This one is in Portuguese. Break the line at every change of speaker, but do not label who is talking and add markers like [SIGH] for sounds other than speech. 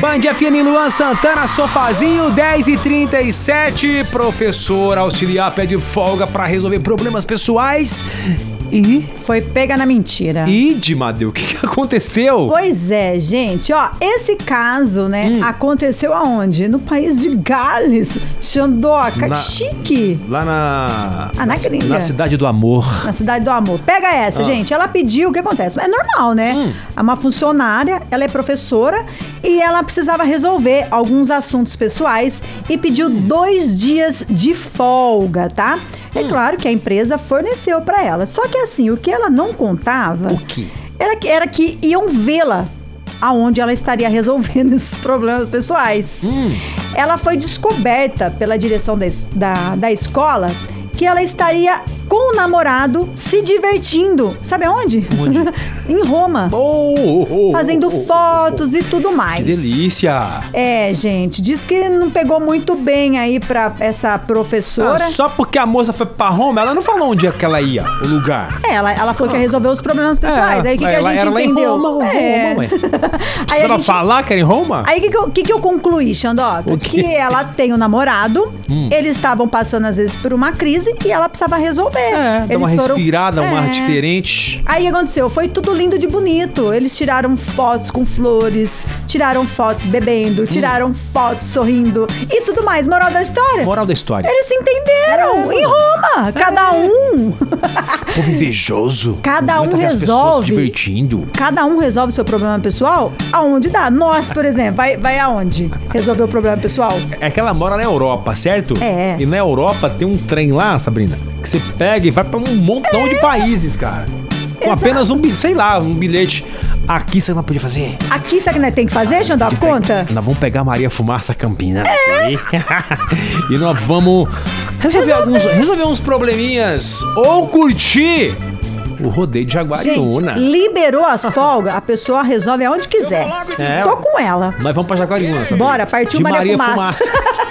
Band FM Luan Santana, sofazinho 10 e 37 Professor auxiliar pede folga pra resolver problemas pessoais. E.
Foi pega na mentira.
E, Dimadeu, o que, que aconteceu?
Pois é, gente, ó, esse caso, né,
Hum.
aconteceu aonde? No país de Gales, Xandoca,
Na-
chique,
Lá na.
Ah, na gringa.
Na Cidade do Amor.
na cidade do amor. Pega
Ah.
essa, gente, ela pediu, o que acontece? É normal, né?
Hum.
É uma funcionária, ela é professora e ela precisava resolver alguns assuntos pessoais e pediu
Hum.
dois dias de folga, tá? É
Hum.
claro que a empresa forneceu pra ela. Só que assim, o que ela não contava...
O quê?
era que, era que iam vê-la aonde ela estaria resolvendo [LAUGHS] esses problemas pessoais.
Hum.
Ela foi descoberta pela direção da, es- da, da escola que ela estaria com o namorado se divertindo. Sabe aonde?
Onde?
[LAUGHS] em Roma.
Oh, oh, oh,
Fazendo
oh, oh, oh.
fotos e tudo mais.
Que delícia!
É, gente, diz que não pegou muito bem aí pra essa professora.
Ah, só porque a moça foi pra Roma, ela não falou onde é que ela ia, o lugar.
É, Ela, ela falou que ia resolver os problemas pessoais. aí o que, que a
Ah. É, ela
gente
era
entendeu?
lá em Roma,
É.
Roma, ué.
Aí a
Precisava
gente
falar que era em Roma?
Aí o que, que, eu- que que eu concluí, Xandoca?
O quê? Hum.
Que ela tem um namorado, eles estavam passando às vezes por uma crise e ela precisava resolver.
é, dá uma
Eles foram-
respirada, um ar
É.
diferente.
Aí o que aconteceu? Foi tudo lindo de bonito. Eles tiraram fotos com flores, tiraram fotos
Hum.
bebendo, tiraram fotos sorrindo e tudo mais. Moral da história?
Moral da história.
Eles se entenderam em
É.
Roma. Cada um.
Povo invejoso.
Cada
Aguenta
um
ver as pessoas
resolve.
se divertindo.
Cada um resolve seu problema pessoal aonde dá. Nós, por exemplo, vai, vai aonde? Resolver o problema pessoal?
É que ela mora na Europa, certo?
É.
E na Europa tem um trem lá, Sabrina, que você pega e vai pra um montão de países, cara. Com
Exato.
apenas um bilhete, sei lá, um bilhete. Aqui você não podia fazer.
Aqui, sabe o que nós tem que fazer, Xandó?
Pe-
Conta.
Nós vamos pegar a Maria Fumaça Campina. [LAUGHS]
É.
E, e nós vamos resolver, alguns, resolver uns probleminhas ou curtir o rodeio de
Gente,
Jaguariúna.
liberou as folgas, a pessoa resolve aonde quiser.
É.
Tô com ela.
nós vamos pra Jaguariúna. sabe?
Bora, partiu
de
Maria Fumaça.
Fumaça.